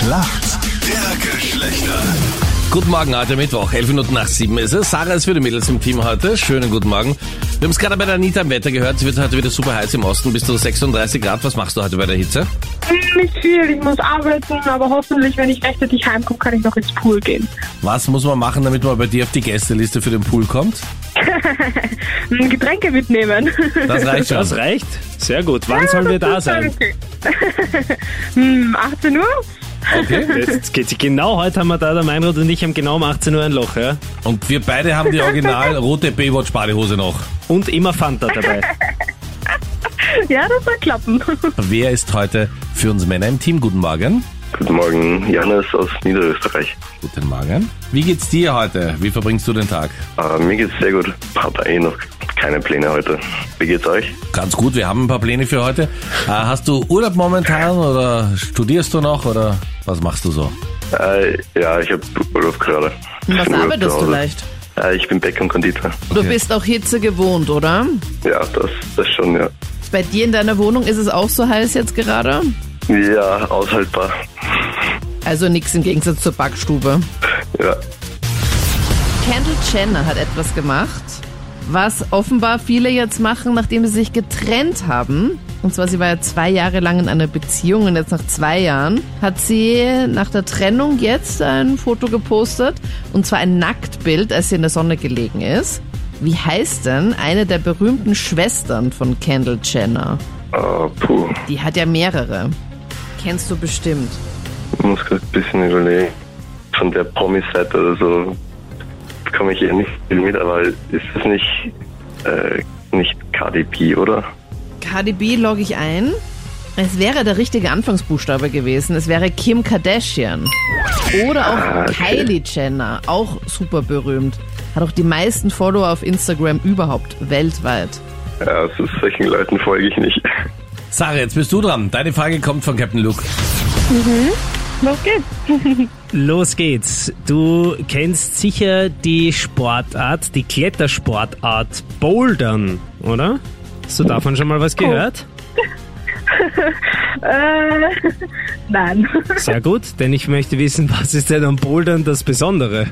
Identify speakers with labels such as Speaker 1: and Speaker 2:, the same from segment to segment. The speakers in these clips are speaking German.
Speaker 1: Schlacht der Geschlechter.
Speaker 2: Guten Morgen, heute Mittwoch, 11 Minuten nach 7 ist es. Sarah ist für die Mädels im Team heute. Schönen guten Morgen. Wir haben es gerade bei der Anita im Wetter gehört. Es wird heute wieder super heiß im Osten, bis zu 36 Grad. Was machst du heute bei der Hitze?
Speaker 3: Hm, Nicht viel, ich muss arbeiten, aber hoffentlich, wenn ich rechtzeitig heimkomme, kann ich noch ins Pool gehen.
Speaker 2: Was muss man machen, damit man bei dir auf die Gästeliste für den Pool kommt?
Speaker 3: Hm, Getränke mitnehmen.
Speaker 2: Das reicht schon.
Speaker 4: Das reicht. Sehr gut. Wann sollen wir da sein?
Speaker 3: Okay. Hm, 18 Uhr?
Speaker 2: Okay.
Speaker 4: Jetzt geht's genau heute haben wir da der Meinrad und ich haben genau um 18 Uhr ein Loch, ja?
Speaker 2: Und wir beide haben die original rote Baywatch-Badehose noch.
Speaker 4: Und immer Fanta dabei.
Speaker 3: Ja, das soll klappen.
Speaker 2: Wer ist heute für uns Männer im Team? Guten Morgen.
Speaker 5: Guten Morgen, Janis aus Niederösterreich.
Speaker 2: Guten Morgen. Wie geht's dir heute? Wie verbringst du den Tag?
Speaker 5: Äh, mir geht's sehr gut. Hab eh noch keine Pläne heute. Wie geht's euch?
Speaker 2: Ganz gut, wir haben ein paar Pläne für heute. Äh, hast du Urlaub momentan oder studierst du noch oder was machst du so?
Speaker 5: Äh, ja, ich hab Urlaub gerade. Ich
Speaker 6: Hm, Was
Speaker 5: bin Urlaub
Speaker 6: arbeitest
Speaker 5: zu
Speaker 6: du
Speaker 5: Hause.
Speaker 6: leicht?
Speaker 5: Äh, ich bin Bäcker und Konditor.
Speaker 6: Du bist auch Hitze gewohnt, oder?
Speaker 5: Ja, das, das schon, ja.
Speaker 6: Bei dir in deiner Wohnung ist es auch so heiß jetzt gerade?
Speaker 5: Ja, aushaltbar.
Speaker 6: Also nichts im Gegensatz zur Backstube.
Speaker 5: Ja.
Speaker 6: Kendall Jenner hat etwas gemacht, was offenbar viele jetzt machen, nachdem sie sich getrennt haben. Und zwar, sie war ja zwei Jahre lang in einer Beziehung und jetzt nach zwei Jahren hat sie nach der Trennung jetzt ein Foto gepostet. Und zwar ein Nacktbild, als sie in der Sonne gelegen ist. Wie heißt denn eine der berühmten Schwestern von Kendall Jenner?
Speaker 5: Äh, puh,
Speaker 6: Die hat ja mehrere. Kennst du bestimmt.
Speaker 5: ich muss gerade ein bisschen überlegen. Von der Promi-Seite oder so komme ich eh nicht viel mit, aber ist das nicht, äh, nicht KDP, oder?
Speaker 6: Cardi B logge ich ein. Es wäre der richtige Anfangsbuchstabe gewesen. Es wäre Kim Kardashian. Oder auch
Speaker 5: okay.
Speaker 6: Kylie Jenner, auch super berühmt. Hat auch die meisten Follower auf Instagram überhaupt weltweit.
Speaker 5: Ja, also solchen Leuten folge ich nicht.
Speaker 2: Sarah, jetzt bist du dran. Deine Frage kommt von Captain Luke.
Speaker 3: Los geht's.
Speaker 4: Los geht's. Du kennst sicher die Sportart, die Klettersportart Bouldern, oder? Hast du davon schon mal was gehört?
Speaker 3: Äh, nein.
Speaker 4: Sehr gut, denn ich möchte wissen, was ist denn am Bouldern das Besondere?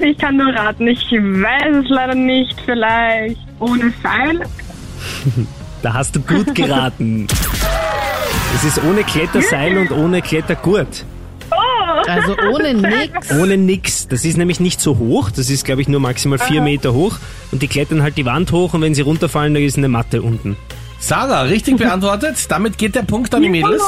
Speaker 3: Ich kann nur raten, ich weiß es leider nicht. Vielleicht ohne Seil?
Speaker 4: Da hast du gut geraten. Es ist ohne Kletterseil und ohne Klettergurt.
Speaker 6: Also ohne nix.
Speaker 4: Ohne nix. Das ist nämlich nicht so hoch. Das ist, glaube ich, nur maximal vier Meter hoch. Und die klettern halt die Wand hoch und wenn sie runterfallen, da ist eine Matte unten.
Speaker 2: Sarah, richtig beantwortet. Damit geht der Punkt an die Mädels.